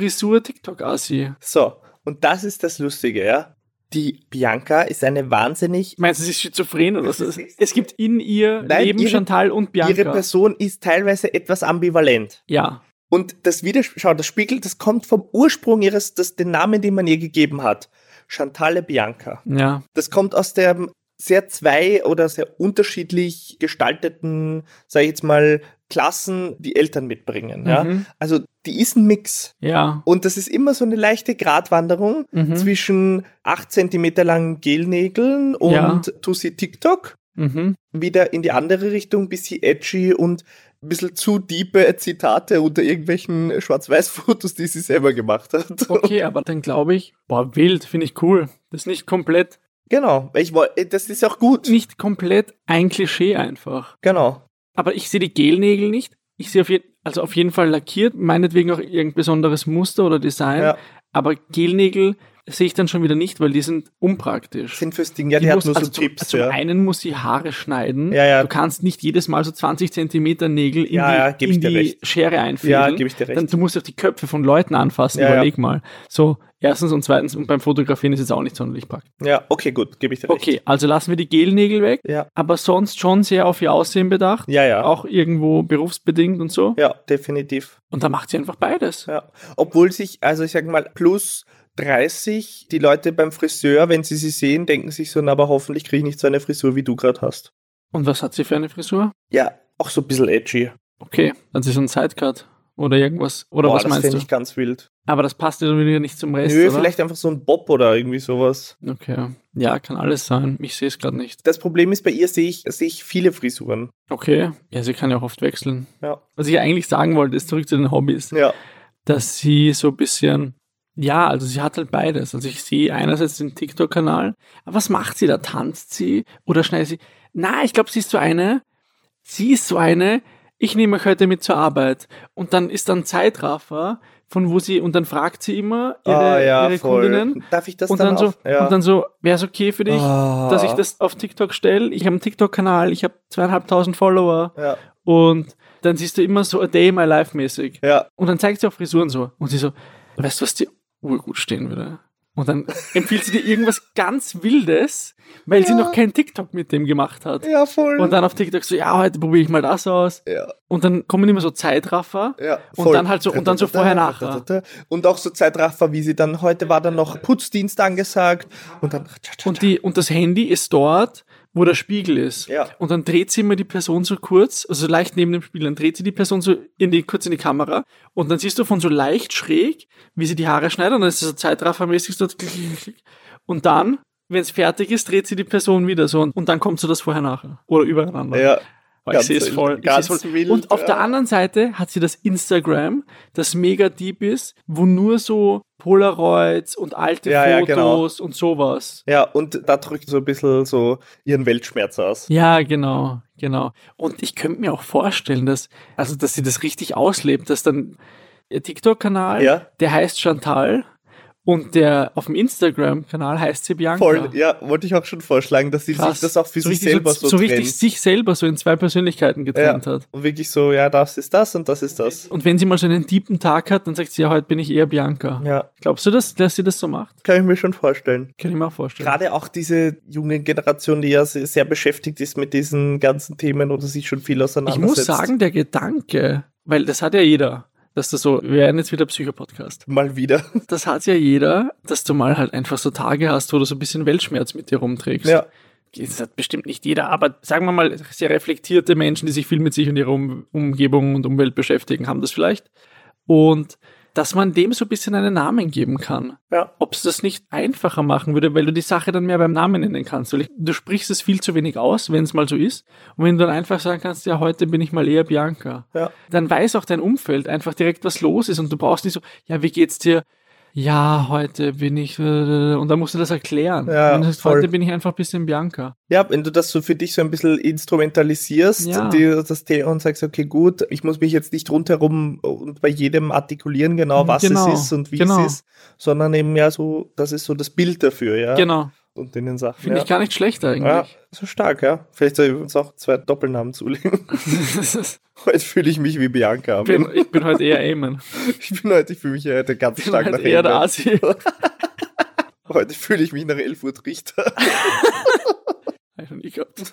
Speaker 2: Nägel-Frisur-TikTok-Assi?
Speaker 1: so. Und das ist das Lustige, ja. Die Bianca ist eine wahnsinnig.
Speaker 2: Meinst du, sie ist schizophren oder so?
Speaker 1: Das ist-
Speaker 2: Es gibt in ihr
Speaker 1: Nein,
Speaker 2: neben
Speaker 1: ihre-
Speaker 2: Chantal und Bianca.
Speaker 1: Ihre Person ist teilweise etwas ambivalent.
Speaker 2: ja,
Speaker 1: Und das Widerschau, das Spiegel, das kommt vom Ursprung ihres, das, den Namen, den man ihr gegeben hat. Chantale Bianca.
Speaker 2: ja.
Speaker 1: Das kommt aus der sehr zwei oder sehr unterschiedlich gestalteten, sage ich jetzt mal, Klassen, die Eltern mitbringen. Ja?
Speaker 2: Mhm.
Speaker 1: Also die ist ein Mix.
Speaker 2: Ja.
Speaker 1: Und das ist immer so eine leichte Gratwanderung
Speaker 2: Mhm.
Speaker 1: zwischen 8 cm langen Gelnägeln und
Speaker 2: Ja.
Speaker 1: Tussi TikTok.
Speaker 2: Mhm.
Speaker 1: Wieder in die andere Richtung, bis sie edgy und ein bisschen zu diepe Zitate unter irgendwelchen Schwarz-Weiß-Fotos, die sie selber gemacht hat.
Speaker 2: Okay, aber dann glaube ich, boah, wild, finde ich cool. Das ist nicht komplett,
Speaker 1: Genau, weil ich, woll- das ist auch gut.
Speaker 2: nicht komplett ein Klischee einfach.
Speaker 1: Genau.
Speaker 2: Aber ich sehe die Gelnägel nicht. Ich sehe auf jeden also auf jeden Fall lackiert, meinetwegen auch irgendein besonderes Muster oder Design.
Speaker 1: Ja.
Speaker 2: Aber Gelnägel sehe ich dann schon wieder nicht, weil die sind unpraktisch.
Speaker 1: Sind fürs Ding, ja, die, hat
Speaker 2: muss-
Speaker 1: nur
Speaker 2: also
Speaker 1: so
Speaker 2: zum,
Speaker 1: Tipps.
Speaker 2: Zum
Speaker 1: ja.
Speaker 2: einen muss sie Haare schneiden.
Speaker 1: Ja, ja.
Speaker 2: Du kannst nicht jedes Mal so 20 Zentimeter Nägel in
Speaker 1: Ja, ja,
Speaker 2: die,
Speaker 1: geb ich
Speaker 2: in
Speaker 1: dir
Speaker 2: die
Speaker 1: recht.
Speaker 2: Schere einfädeln.
Speaker 1: Ja, gebe ich dir
Speaker 2: Dann,
Speaker 1: recht.
Speaker 2: du musst auch die Köpfe von Leuten anfassen,
Speaker 1: Ja, ja.
Speaker 2: überleg mal. So, erstens und zweitens, und beim Fotografieren ist es auch nicht sonderlich praktisch.
Speaker 1: Ja, okay, gut, gebe ich dir recht.
Speaker 2: Okay, also lassen wir die Gelnägel weg,
Speaker 1: Ja,
Speaker 2: aber sonst schon sehr auf ihr Aussehen bedacht,
Speaker 1: ja, ja.
Speaker 2: auch irgendwo berufsbedingt und so.
Speaker 1: Ja, definitiv.
Speaker 2: Und da macht sie einfach beides.
Speaker 1: Ja. Obwohl sich, also ich sag mal, plus 30, die Leute beim Friseur, wenn sie sie sehen, denken sich so, na, aber hoffentlich kriege ich nicht so eine Frisur, wie du gerade hast.
Speaker 2: Und was hat sie für eine Frisur?
Speaker 1: Ja, auch so ein bisschen edgy.
Speaker 2: Okay, dann ist sie so ein Sidecut oder irgendwas. Oder
Speaker 1: Boah,
Speaker 2: was
Speaker 1: das
Speaker 2: meinst
Speaker 1: fände
Speaker 2: du?
Speaker 1: ich ganz wild.
Speaker 2: Aber das passt ja dann wieder nicht zum Rest.
Speaker 1: Nö,
Speaker 2: oder?
Speaker 1: vielleicht einfach so ein Bob oder irgendwie sowas.
Speaker 2: Okay. Ja, kann alles sein. Ich sehe es gerade nicht.
Speaker 1: Das Problem ist, bei ihr sehe ich, sehe ich viele Frisuren.
Speaker 2: Okay. Ja, sie kann ja auch oft wechseln.
Speaker 1: Ja.
Speaker 2: Was ich eigentlich sagen wollte, ist zurück zu den Hobbys,
Speaker 1: Ja,
Speaker 2: dass sie so ein bisschen. Ja, also sie hat halt beides. Also ich sehe einerseits den TikTok-Kanal, aber was macht sie da? Tanzt sie oder schneidet sie? Na, ich glaube, sie ist so eine, sie ist so eine, ich nehme euch heute mit zur Arbeit. Und dann ist dann Zeitraffer, von wo sie, und dann fragt sie immer ihre,
Speaker 1: ah, ja
Speaker 2: ihre
Speaker 1: voll.
Speaker 2: Kundinnen,
Speaker 1: Darf ich das
Speaker 2: und
Speaker 1: dann,
Speaker 2: dann,
Speaker 1: auf?
Speaker 2: so,
Speaker 1: ja.
Speaker 2: und dann so, wäre es okay für dich,
Speaker 1: Ah.
Speaker 2: dass ich das auf TikTok stelle? Ich habe einen TikTok-Kanal, ich habe zweieinhalbtausend Follower
Speaker 1: Ja,
Speaker 2: und dann siehst du immer so a day in my life mäßig.
Speaker 1: ja.
Speaker 2: Und dann zeigt sie auch Frisuren so und sie so, weißt du, was dir urgut stehen würde? Und dann empfiehlt sie dir irgendwas ganz Wildes, weil sie
Speaker 1: Ja.
Speaker 2: noch kein TikTok mit dem gemacht hat.
Speaker 1: ja, voll.
Speaker 2: Und dann auf TikTok so, ja, heute probiere ich mal das aus.
Speaker 1: ja.
Speaker 2: Und dann kommen immer so Zeitraffer.
Speaker 1: Ja,
Speaker 2: Und dann halt so- und dann so vorher, nachher.
Speaker 1: Und auch so Zeitraffer, wie sie dann, heute war dann noch Putzdienst angesagt und dann.
Speaker 2: Und, die, und das Handy ist dort, wo der Spiegel ist.
Speaker 1: Ja.
Speaker 2: Und dann dreht sie immer die Person so kurz, also leicht neben dem Spiegel, dann dreht sie die Person so in die, kurz in die Kamera und dann siehst du von so leicht schräg, wie sie die Haare schneidet und dann ist das so zeitraffermäßig so klick, klick, klick. und dann, wenn es fertig ist, dreht sie die Person wieder so und, und dann kommt so das Vorher-Nachher oder übereinander.
Speaker 1: Ja,
Speaker 2: Oh, ich
Speaker 1: Ganz
Speaker 2: sehe es
Speaker 1: wild,
Speaker 2: voll. Ich
Speaker 1: ganz
Speaker 2: seh's voll.
Speaker 1: wild,
Speaker 2: und auf
Speaker 1: ja.
Speaker 2: der anderen Seite hat sie das Instagram, das mega deep ist, wo nur so Polaroids und alte
Speaker 1: Ja, ja,
Speaker 2: Fotos
Speaker 1: genau.
Speaker 2: und sowas.
Speaker 1: ja, und da drückt so ein bisschen so ihren Weltschmerz aus.
Speaker 2: Ja, genau, genau. Und ich könnte mir auch vorstellen, dass, also, dass sie das richtig auslebt, dass dann ihr TikTok-Kanal,
Speaker 1: Ja.
Speaker 2: der heißt Chantal und der auf dem Instagram-Kanal heißt sie Bianca.
Speaker 1: Voll, ja, wollte ich auch schon vorschlagen, dass sie sich das auch für
Speaker 2: so
Speaker 1: sich
Speaker 2: richtig
Speaker 1: selber
Speaker 2: so,
Speaker 1: so,
Speaker 2: so richtig
Speaker 1: trennt.
Speaker 2: sich selber so in zwei Persönlichkeiten getrennt
Speaker 1: ja.
Speaker 2: hat.
Speaker 1: Und wirklich so, ja, das ist das und das ist das.
Speaker 2: Und wenn sie mal so einen tiefen Tag hat, dann sagt sie, ja, heute bin ich eher Bianca.
Speaker 1: Ja,
Speaker 2: Glaubst du, dass, dass sie das so macht?
Speaker 1: kann ich mir schon vorstellen.
Speaker 2: Kann ich mir auch vorstellen.
Speaker 1: Gerade auch diese junge Generation, die ja se- sehr beschäftigt ist mit diesen ganzen Themen oder sich schon viel
Speaker 2: Ich
Speaker 1: auseinandersetzt.
Speaker 2: muss sagen, der Gedanke, weil das hat ja jeder, dass das so, wir werden jetzt wieder Psychopodcast.
Speaker 1: mal wieder.
Speaker 2: das hat ja jeder, dass du mal halt einfach so Tage hast, wo du so ein bisschen Weltschmerz mit dir rumträgst.
Speaker 1: Ja,
Speaker 2: das hat bestimmt nicht jeder, aber sagen wir mal, sehr reflektierte Menschen, die sich viel mit sich und ihrer um Umgebung und Umwelt beschäftigen, haben das vielleicht. Und dass man dem so ein bisschen einen Namen geben kann.
Speaker 1: Ja.
Speaker 2: Ob es das nicht einfacher machen würde, weil du die Sache dann mehr beim Namen nennen kannst. Weil ich, du sprichst es viel zu wenig aus, wenn es mal so ist. Und wenn du dann einfach sagen kannst, ja, heute bin ich mal eher Bianca,
Speaker 1: Ja.
Speaker 2: dann weiß auch dein Umfeld einfach direkt, was los ist. Und du brauchst nicht so, ja, wie geht's dir? Ja, heute bin ich. äh, Und dann musst du das erklären.
Speaker 1: Ja,
Speaker 2: und du sagst,
Speaker 1: voll.
Speaker 2: heute bin ich einfach ein bisschen Bianca.
Speaker 1: Ja, wenn du das so für dich so ein bisschen instrumentalisierst,
Speaker 2: Ja.
Speaker 1: die, das Thema und sagst, okay, gut, ich muss mich jetzt nicht rundherum und bei jedem artikulieren genau, was
Speaker 2: Genau,
Speaker 1: es ist und wie
Speaker 2: genau.
Speaker 1: es ist, sondern eben ja so, das ist so das Bild dafür, ja.
Speaker 2: Genau.
Speaker 1: Und in den Sachen.
Speaker 2: Finde
Speaker 1: ja.
Speaker 2: ich gar nicht schlecht
Speaker 1: ja,
Speaker 2: eigentlich.
Speaker 1: so stark, ja. Vielleicht soll ich uns auch zwei Doppelnamen zulegen. Heute fühle ich mich wie Bianca.
Speaker 2: ich, bin, ich bin heute eher Eamon.
Speaker 1: Ich bin heute, ich fühle mich ja heute ganz
Speaker 2: Ich bin
Speaker 1: stark nach
Speaker 2: heute eher der
Speaker 1: Ende.
Speaker 2: Asi.
Speaker 1: Heute fühle ich mich nach Elfurt Richter.
Speaker 2: Ich glaub, das-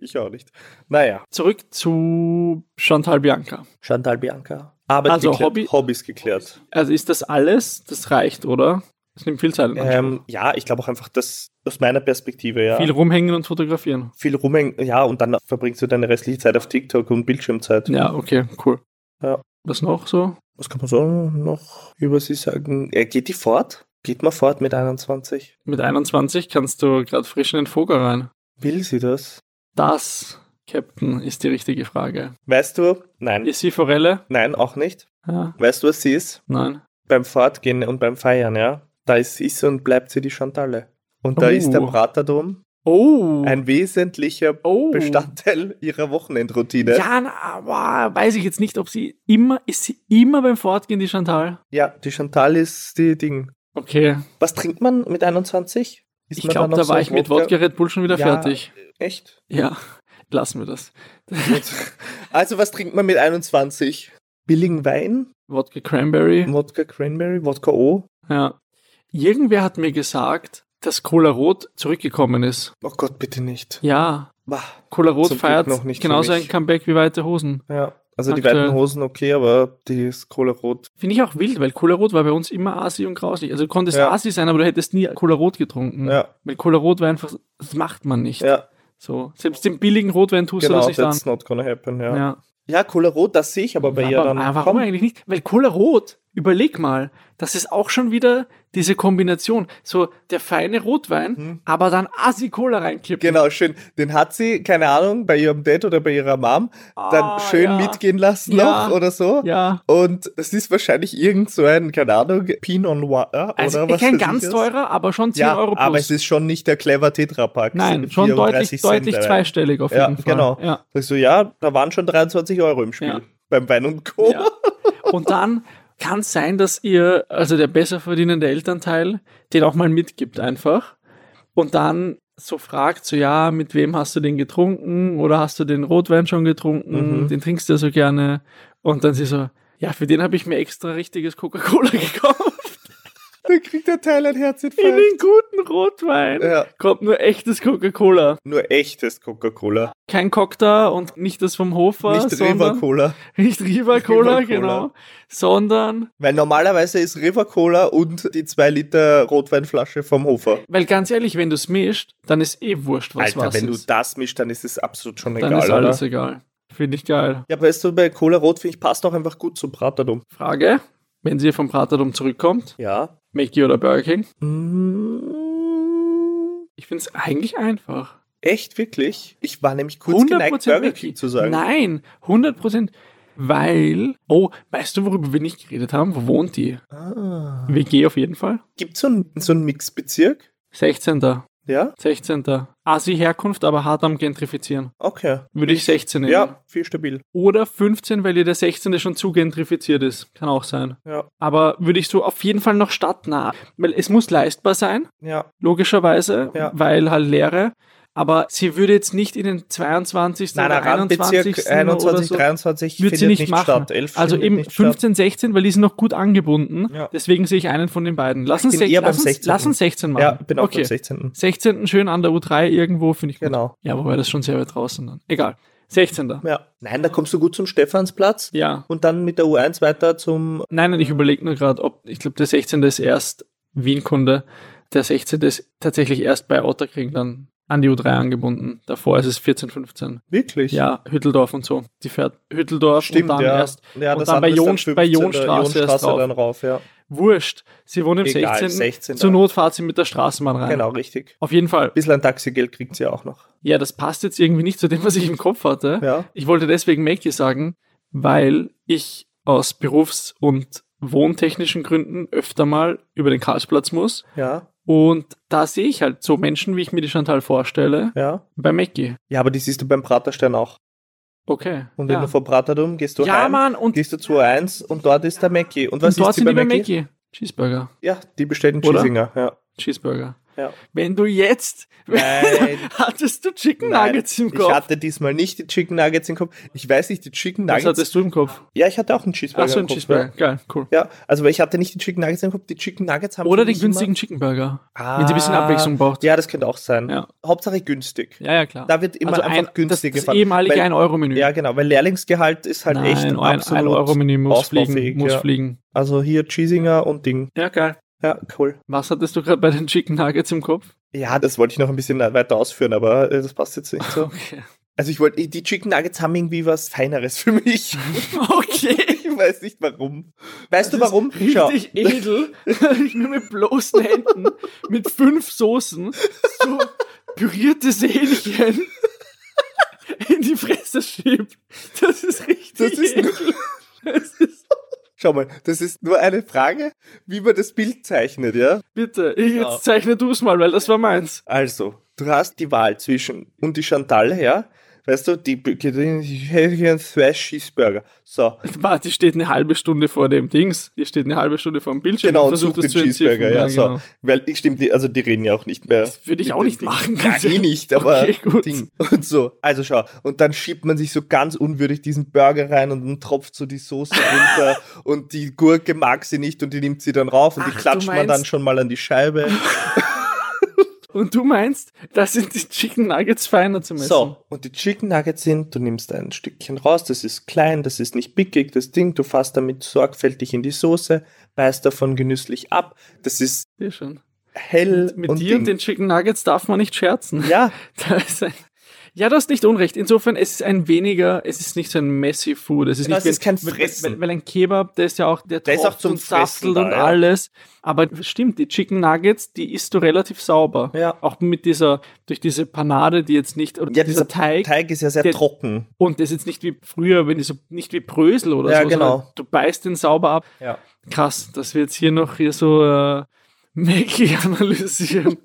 Speaker 1: Ich auch nicht. Naja,
Speaker 2: Zurück zu Chantal Bianca.
Speaker 1: Chantal Bianca. Arbeit
Speaker 2: Also,
Speaker 1: geklärt,
Speaker 2: Hobby-
Speaker 1: Hobbys geklärt.
Speaker 2: Also ist das alles? Das reicht, oder? Es nimmt viel Zeit in Anspruch.
Speaker 1: Ähm, ja, ich glaube auch einfach, dass aus meiner Perspektive, ja.
Speaker 2: Viel rumhängen und fotografieren.
Speaker 1: viel rumhängen, ja, und dann verbringst du deine restliche Zeit auf TikTok und Bildschirmzeit.
Speaker 2: Ja, okay, cool.
Speaker 1: Ja.
Speaker 2: Was noch so?
Speaker 1: Was kann man so noch über sie sagen? Äh, geht die fort? Geht man fort mit 21?
Speaker 2: Mit 21 kannst du gerade frisch in den Vogel rein.
Speaker 1: Will sie das?
Speaker 2: Das, Captain, ist die richtige Frage.
Speaker 1: Weißt du? Nein.
Speaker 2: Ist sie Forelle?
Speaker 1: Nein, auch nicht.
Speaker 2: Ja,
Speaker 1: Weißt du, was sie ist?
Speaker 2: nein.
Speaker 1: Beim Fortgehen und beim Feiern, ja. Da ist, ist und bleibt sie die Chantalle. Und da
Speaker 2: Oh.
Speaker 1: ist der Bratadom
Speaker 2: Oh!
Speaker 1: ein wesentlicher
Speaker 2: oh.
Speaker 1: Bestandteil ihrer Wochenendroutine.
Speaker 2: Ja, na, aber weiß ich jetzt nicht, ob sie immer, ist sie immer beim Fortgehen, die Chantal?
Speaker 1: ja, die Chantal ist die Ding.
Speaker 2: Okay,
Speaker 1: Was trinkt man mit 21? Ist
Speaker 2: ich
Speaker 1: man
Speaker 2: glaube,
Speaker 1: noch
Speaker 2: da
Speaker 1: so
Speaker 2: war ich mit Wodka Red Bull schon wieder
Speaker 1: Ja.
Speaker 2: fertig.
Speaker 1: Echt?
Speaker 2: Ja, lassen wir das.
Speaker 1: Also, was trinkt man mit 21? Billigen Wein,
Speaker 2: Wodka Cranberry.
Speaker 1: Wodka Cranberry, Wodka O.
Speaker 2: Ja. Irgendwer hat mir gesagt, dass Cola Rot zurückgekommen ist.
Speaker 1: Oh Gott, bitte nicht.
Speaker 2: Ja,
Speaker 1: Bah,
Speaker 2: Cola Rot
Speaker 1: Zum Glück
Speaker 2: feiert
Speaker 1: noch nicht für
Speaker 2: genauso
Speaker 1: mich.
Speaker 2: ein Comeback wie Weite Hosen.
Speaker 1: Ja, also die
Speaker 2: Aktuell.
Speaker 1: weiten Hosen okay, aber die ist Cola Rot.
Speaker 2: Finde ich auch wild, weil Cola Rot war bei uns immer Asi und grauslich. Also du konntest
Speaker 1: Ja.
Speaker 2: Asi sein, aber du hättest nie Cola Rot getrunken.
Speaker 1: Ja,
Speaker 2: Weil Cola Rot war einfach, das macht man nicht.
Speaker 1: ja,
Speaker 2: So, selbst den billigen Rotwein tust
Speaker 1: genau,
Speaker 2: du das nicht an.
Speaker 1: that's not gonna happen, ja. Ja,
Speaker 2: Ja.
Speaker 1: Cola Rot, das sehe ich aber bei ihr
Speaker 2: aber,
Speaker 1: dann.
Speaker 2: aber warum
Speaker 1: Komm,
Speaker 2: eigentlich nicht? Weil Cola Rot, überleg mal, das ist auch schon wieder diese Kombination. So der feine Rotwein,
Speaker 1: Hm.
Speaker 2: aber dann Asi-Cola reinkippen.
Speaker 1: Genau, schön. Den hat sie, keine Ahnung, bei ihrem Dad oder bei ihrer Mom dann
Speaker 2: Ah,
Speaker 1: schön
Speaker 2: ja.
Speaker 1: mitgehen lassen
Speaker 2: Ja.
Speaker 1: noch oder so.
Speaker 2: Ja.
Speaker 1: Und das ist wahrscheinlich irgend so ein, keine Ahnung, Pinot Noir oder
Speaker 2: Also
Speaker 1: was
Speaker 2: kein
Speaker 1: weiß ich
Speaker 2: ganz
Speaker 1: was.
Speaker 2: teurer, aber schon 10
Speaker 1: ja,
Speaker 2: Euro plus.
Speaker 1: aber es ist schon nicht der clever Tetrapack.
Speaker 2: Nein, schon deutlich, deutlich zweistellig auf
Speaker 1: Ja,
Speaker 2: jeden Fall.
Speaker 1: genau.
Speaker 2: Ja.
Speaker 1: Sagst du, ja, da waren schon 23 Euro im Spiel.
Speaker 2: Ja.
Speaker 1: Beim Wein und Co.
Speaker 2: Ja. Und dann kann es sein, dass ihr, also der besser verdienende Elternteil, den auch mal mitgibt einfach und dann so fragt, so ja, mit wem hast du den getrunken oder hast du den Rotwein schon getrunken,
Speaker 1: Mhm.
Speaker 2: den trinkst du ja so gerne. Und dann sie so, ja, für den habe ich mir extra richtiges Coca-Cola gekauft,
Speaker 1: Dann kriegt der Teil ein
Speaker 2: in
Speaker 1: Herzinfarkt.
Speaker 2: den guten Rotwein.
Speaker 1: Ja,
Speaker 2: Kommt nur echtes Coca-Cola.
Speaker 1: nur echtes Coca-Cola.
Speaker 2: Kein Cocktail und nicht das vom Hofer,
Speaker 1: Nicht
Speaker 2: sondern
Speaker 1: River-Cola.
Speaker 2: Nicht Riva Cola,
Speaker 1: Riva Cola.
Speaker 2: genau. Sondern,
Speaker 1: Weil normalerweise ist River-Cola und die 2 Liter Rotweinflasche vom Hofer.
Speaker 2: weil ganz ehrlich, wenn du es mischt, dann ist eh wurscht, was
Speaker 1: Alter,
Speaker 2: was
Speaker 1: wenn
Speaker 2: ist.
Speaker 1: du das mischst, dann ist es absolut schon
Speaker 2: dann
Speaker 1: egal,
Speaker 2: ist
Speaker 1: oder?
Speaker 2: alles egal. Finde ich geil.
Speaker 1: Ja, weißt du, bei Cola Rot, finde ich, passt auch einfach gut zum Bratadum.
Speaker 2: Frage, wenn sie vom Praterdom zurückkommt,
Speaker 1: Ja.
Speaker 2: Mackie oder Burger King?
Speaker 1: Mm.
Speaker 2: Ich finde es eigentlich einfach.
Speaker 1: Echt, wirklich? Ich war nämlich kurz geneigt, Burger
Speaker 2: Mackie.
Speaker 1: King zu sagen.
Speaker 2: Nein, 100%. Weil, oh, weißt du, worüber wir nicht geredet haben? Wo wohnt die?
Speaker 1: Ah.
Speaker 2: WG auf jeden Fall.
Speaker 1: Gibt es so einen so einen Mixbezirk?
Speaker 2: 16.
Speaker 1: Ja?
Speaker 2: 16. Asi-Herkunft, aber hart am Gentrifizieren.
Speaker 1: Okay.
Speaker 2: Würde ich 16 nehmen.
Speaker 1: Ja, viel stabil.
Speaker 2: Oder 15, weil ihr der 16. schon zu gentrifiziert ist. Kann auch sein.
Speaker 1: Ja,
Speaker 2: Aber würde ich so auf jeden Fall noch stadtnah. Weil es muss leistbar sein,
Speaker 1: ja.
Speaker 2: logischerweise,
Speaker 1: Ja.
Speaker 2: weil halt Lehre. Aber sie würde jetzt nicht in den 22.
Speaker 1: Nein,
Speaker 2: oder
Speaker 1: der
Speaker 2: 21.
Speaker 1: Randbezirk
Speaker 2: oder
Speaker 1: 23,
Speaker 2: so,
Speaker 1: 23
Speaker 2: wird
Speaker 1: findet
Speaker 2: sie nicht, machen.
Speaker 1: statt. 11
Speaker 2: also
Speaker 1: findet
Speaker 2: eben
Speaker 1: nicht
Speaker 2: 15, 16, weil die sind noch gut angebunden.
Speaker 1: Ja.
Speaker 2: Deswegen sehe ich einen von den beiden. Lass uns,
Speaker 1: bin
Speaker 2: sech-
Speaker 1: eher
Speaker 2: lass
Speaker 1: beim
Speaker 2: uns,
Speaker 1: 16.
Speaker 2: lass uns
Speaker 1: statt.
Speaker 2: 16 machen.
Speaker 1: Ja, bin auch
Speaker 2: okay.
Speaker 1: am 16.
Speaker 2: 16. schön an der U3 irgendwo, finde ich gut.
Speaker 1: Genau.
Speaker 2: Ja, wobei das schon sehr weit draußen dann. Egal. 16.
Speaker 1: Ja. Nein, da kommst du gut zum Stephansplatz
Speaker 2: Ja.
Speaker 1: und dann mit der U1 weiter zum.
Speaker 2: Nein, nein, ich überlege nur gerade, ob, ich glaube, der 16. ist erst Wien-Kunde, der 16. ist tatsächlich erst bei Otterkring dann. an die U3 angebunden. Davor ist es 14, 15.
Speaker 1: Wirklich?
Speaker 2: Ja, Hütteldorf und so. Die fährt Hütteldorf
Speaker 1: Stimmt,
Speaker 2: und dann
Speaker 1: ja.
Speaker 2: erst
Speaker 1: ja,
Speaker 2: und dann bei
Speaker 1: andere
Speaker 2: Jon-
Speaker 1: ist dann
Speaker 2: bei
Speaker 1: 15,
Speaker 2: Jonstraße erst drauf.
Speaker 1: dann rauf, ja.
Speaker 2: wurscht. Sie wohnt im
Speaker 1: Egal,
Speaker 2: 16.
Speaker 1: 16,
Speaker 2: Zur
Speaker 1: ja.
Speaker 2: Not fahrt sie mit der Straßenbahn rein.
Speaker 1: Genau, richtig.
Speaker 2: Auf jeden Fall.
Speaker 1: Ein bisschen ein Taxigeld kriegt sie auch noch.
Speaker 2: Ja, das passt jetzt irgendwie nicht zu dem, was ich im Kopf hatte.
Speaker 1: Ja.
Speaker 2: Ich wollte deswegen Mackie sagen, weil ich aus berufs- und wohntechnischen Gründen öfter mal über den Karlsplatz muss.
Speaker 1: Ja,
Speaker 2: Und da sehe ich halt so Menschen, wie ich mir die Chantal vorstelle,
Speaker 1: ja.
Speaker 2: bei Mackie.
Speaker 1: Ja, aber die siehst du beim Praterstern auch.
Speaker 2: Okay.
Speaker 1: Und wenn
Speaker 2: ja.
Speaker 1: du vor Praterdum gehst du
Speaker 2: ja,
Speaker 1: heim,
Speaker 2: Mann, und,
Speaker 1: gehst du zu 1 und dort ist der Mackie. Und was
Speaker 2: und dort
Speaker 1: ist sie
Speaker 2: sind
Speaker 1: bei
Speaker 2: die bei
Speaker 1: Mackie?
Speaker 2: Mackie. Cheeseburger.
Speaker 1: Ja, die bestellt einen
Speaker 2: Oder? Oh
Speaker 1: Cheesinger. Ja.
Speaker 2: Cheeseburger.
Speaker 1: Ja.
Speaker 2: Wenn du jetzt.
Speaker 1: Nein.
Speaker 2: hattest du Chicken
Speaker 1: Nein,
Speaker 2: Nuggets im
Speaker 1: Ich
Speaker 2: Kopf?
Speaker 1: hatte diesmal nicht die Chicken Nuggets im Kopf. Ich weiß nicht, die Chicken
Speaker 2: Was
Speaker 1: Nuggets.
Speaker 2: hattest du im Kopf?
Speaker 1: ja, ich hatte auch einen Cheeseburger.
Speaker 2: Achso,
Speaker 1: im
Speaker 2: ein
Speaker 1: Kopf,
Speaker 2: Cheeseburger. Geil, cool.
Speaker 1: Ja, Ja, also weil ich hatte nicht die Chicken Nuggets im Kopf. Die Chicken Nuggets haben.
Speaker 2: Oder
Speaker 1: für
Speaker 2: den
Speaker 1: mich
Speaker 2: günstigen Chicken Burger,
Speaker 1: Immer,
Speaker 2: wenn sie ein bisschen
Speaker 1: Ah,
Speaker 2: Abwechslung braucht.
Speaker 1: Ja, das könnte auch sein.
Speaker 2: Ja.
Speaker 1: Hauptsache günstig.
Speaker 2: Ja, ja, klar. Also
Speaker 1: Da wird immer einfach günstig
Speaker 2: Das, das
Speaker 1: gefahren,
Speaker 2: ehemalige
Speaker 1: weil-
Speaker 2: 1-Euro-Menü.
Speaker 1: Ja, genau, weil Lehrlingsgehalt ist halt echt
Speaker 2: Nein, ein,
Speaker 1: absolut.
Speaker 2: ein Euro-Menü muss
Speaker 1: ausbaufähig,
Speaker 2: fliegen. Muss
Speaker 1: ja.
Speaker 2: fliegen.
Speaker 1: Also hier Cheesinger und Ding.
Speaker 2: Ja, geil.
Speaker 1: Ja, cool.
Speaker 2: Was hattest du gerade bei den Chicken Nuggets im Kopf?
Speaker 1: Ja, das wollte ich noch ein bisschen weiter ausführen, aber äh, das passt jetzt nicht so.
Speaker 2: Okay.
Speaker 1: Also ich wollte, die Chicken Nuggets haben irgendwie was Feineres für mich.
Speaker 2: Okay.
Speaker 1: Ich weiß nicht warum. Weißt du
Speaker 2: Das ist
Speaker 1: warum? Schau.
Speaker 2: Richtig edel. ich nur mit bloßen Händen, mit fünf Soßen, so pürierte Hähnchen in die Fresse schiebt. Das ist richtig
Speaker 1: Das ist-
Speaker 2: edel. Das ist,
Speaker 1: Schau mal, das ist nur eine Frage, wie man das Bild zeichnet, ja?
Speaker 2: bitte, ich,
Speaker 1: Ja.
Speaker 2: jetzt zeichne du es mal, weil das war meins.
Speaker 1: Also, du hast die Wahl zwischen und die Chantal, ja? Weißt du, die die- ich hätte gerne zwei Cheeseburger. So,
Speaker 2: Warte, die steht eine halbe Stunde vor dem Dings. Die steht eine halbe Stunde vor dem Bildschirm.
Speaker 1: genau,
Speaker 2: und
Speaker 1: such
Speaker 2: versucht
Speaker 1: den
Speaker 2: das zu entziffern.
Speaker 1: Cheeseburger, ja,
Speaker 2: genau.
Speaker 1: so. Weil ich stimmt, die, also die reden ja auch nicht mehr.
Speaker 2: Das würde ich
Speaker 1: mit
Speaker 2: auch
Speaker 1: dem
Speaker 2: nicht
Speaker 1: Ding.
Speaker 2: machen.
Speaker 1: Nein,
Speaker 2: ganz
Speaker 1: eh
Speaker 2: ehrlich.
Speaker 1: nicht, aber
Speaker 2: Okay, gut.
Speaker 1: Ding und so. Also schau, und dann schiebt man sich so ganz unwürdig diesen Burger rein und dann tropft so die Soße runter und die Gurke mag sie nicht und die nimmt sie dann rauf und die
Speaker 2: Ach, du
Speaker 1: klatscht man dann
Speaker 2: meinst-
Speaker 1: schon mal an die Scheibe.
Speaker 2: Und du meinst, das sind die Chicken Nuggets feiner zu messen.
Speaker 1: So, und die Chicken Nuggets sind, du nimmst ein Stückchen raus, das ist klein, das ist nicht pickig, das Ding, du fasst damit sorgfältig in die Soße, beißt davon genüsslich ab, das ist
Speaker 2: Sehr schön.
Speaker 1: hell
Speaker 2: Mit dir und den Chicken Nuggets darf man nicht scherzen.
Speaker 1: Äh, Ja,
Speaker 2: Da ist ein ja, du hast nicht unrecht. Insofern, es ist ein weniger, es ist nicht so ein messy Food. Es ist,
Speaker 1: Genau,
Speaker 2: nicht
Speaker 1: es ist kein
Speaker 2: weil-
Speaker 1: Fressen.
Speaker 2: Weil, weil ein Kebab, der ist ja auch, der,
Speaker 1: Der ist auch
Speaker 2: tropft
Speaker 1: zum
Speaker 2: und
Speaker 1: Fressen
Speaker 2: saftelt
Speaker 1: da,
Speaker 2: und
Speaker 1: ja.
Speaker 2: alles. Aber stimmt, die Chicken Nuggets, die isst du relativ sauber.
Speaker 1: Ja.
Speaker 2: Auch mit dieser, durch diese Panade, die jetzt nicht, oder
Speaker 1: ja
Speaker 2: dieser Teig.
Speaker 1: Teig ist ja sehr
Speaker 2: der-
Speaker 1: trocken.
Speaker 2: Und das ist jetzt nicht wie früher, wenn die so, nicht wie Brösel oder
Speaker 1: Ja,
Speaker 2: so.
Speaker 1: genau.
Speaker 2: sondern Du beißt den sauber ab.
Speaker 1: Ja.
Speaker 2: Krass, dass wir jetzt hier noch hier so äh, Maggie analysieren.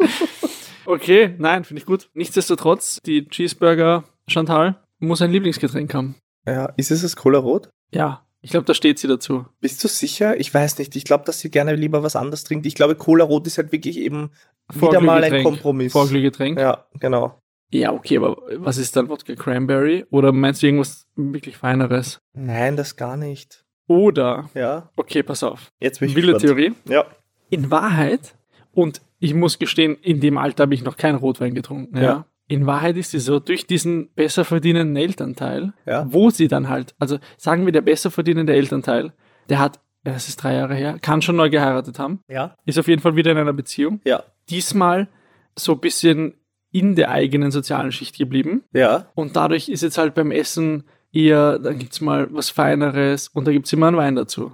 Speaker 2: okay, nein, finde ich gut. Nichtsdestotrotz, die Cheeseburger Chantal muss ein Lieblingsgetränk haben.
Speaker 1: ja. Ist es das Cola Rot?
Speaker 2: Ja, ich glaube, da steht sie dazu.
Speaker 1: Bist du sicher? Ich weiß nicht. Ich glaube, dass sie gerne lieber was anderes trinkt. Ich glaube, Cola Rot ist halt wirklich eben wieder mal ein
Speaker 2: Vorglühgetränk.
Speaker 1: Kompromiss.
Speaker 2: Vorglühgetränk. Ja.
Speaker 1: Ja, genau.
Speaker 2: okay, aber was ist dann Wodka Cranberry? Oder meinst du irgendwas wirklich Feineres?
Speaker 1: Nein, das gar nicht.
Speaker 2: Oder,
Speaker 1: Ja,
Speaker 2: okay, pass auf,
Speaker 1: jetzt bin ich
Speaker 2: wilde
Speaker 1: gespannt.
Speaker 2: Theorie.
Speaker 1: Ja,
Speaker 2: In Wahrheit, und ich muss gestehen, in dem Alter habe ich noch keinen Rotwein getrunken. Ja.
Speaker 1: Ja.
Speaker 2: In Wahrheit ist sie so, durch diesen besser verdienenden Elternteil,
Speaker 1: Ja.
Speaker 2: wo sie dann halt, also sagen wir, der besser verdienende Elternteil, der hat, ja, es ist drei Jahre her, kann schon neu geheiratet haben,
Speaker 1: ja,
Speaker 2: ist auf jeden Fall wieder in einer Beziehung.
Speaker 1: ja,
Speaker 2: Diesmal so ein bisschen in der eigenen sozialen Schicht geblieben.
Speaker 1: ja.
Speaker 2: Und dadurch ist jetzt halt beim Essen eher, dann gibt's mal was Feineres und da gibt's immer einen Wein dazu.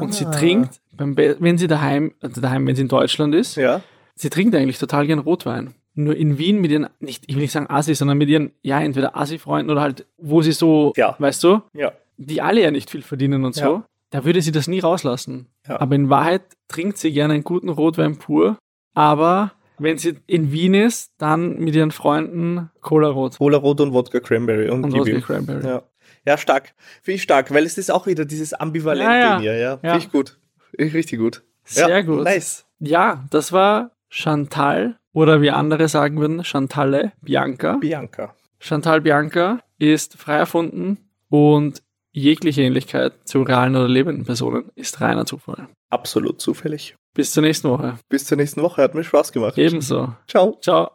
Speaker 2: Und sie
Speaker 1: Ah.
Speaker 2: trinkt, beim Be wenn sie daheim, also daheim, wenn sie in Deutschland ist,
Speaker 1: Ja,
Speaker 2: sie trinkt eigentlich total gern Rotwein. Nur in Wien mit ihren, nicht, ich will nicht sagen Assi, sondern mit ihren, ja, entweder Assi-Freunden oder halt, wo sie so,
Speaker 1: Ja.
Speaker 2: weißt du,
Speaker 1: ja.
Speaker 2: die alle ja nicht viel verdienen und so,
Speaker 1: Ja.
Speaker 2: da würde sie das nie rauslassen.
Speaker 1: Ja.
Speaker 2: Aber in Wahrheit trinkt sie gerne einen guten Rotwein pur, aber wenn sie in Wien ist, dann mit ihren Freunden Cola Rot
Speaker 1: Cola Rot und Wodka Cranberry und,
Speaker 2: und
Speaker 1: gib
Speaker 2: Wodka
Speaker 1: ihm.
Speaker 2: Cranberry.
Speaker 1: Ja. ja, stark. Finde ich stark, weil es ist auch wieder dieses Ambivalente
Speaker 2: Ja, ja.
Speaker 1: in ihr. Ja,
Speaker 2: Ja.
Speaker 1: finde ich gut. Richtig gut.
Speaker 2: Sehr
Speaker 1: ja,
Speaker 2: gut.
Speaker 1: Nice.
Speaker 2: Ja, das war Chantal oder wie andere sagen würden, Chantalle Bianca.
Speaker 1: Bianca.
Speaker 2: Chantal Bianca ist frei erfunden und jegliche Ähnlichkeit zu realen oder lebenden Personen ist reiner Zufall.
Speaker 1: Absolut zufällig.
Speaker 2: Bis zur nächsten Woche.
Speaker 1: Bis zur nächsten Woche. Hat mir Spaß gemacht.
Speaker 2: Ebenso.
Speaker 1: Ciao.
Speaker 2: Ciao.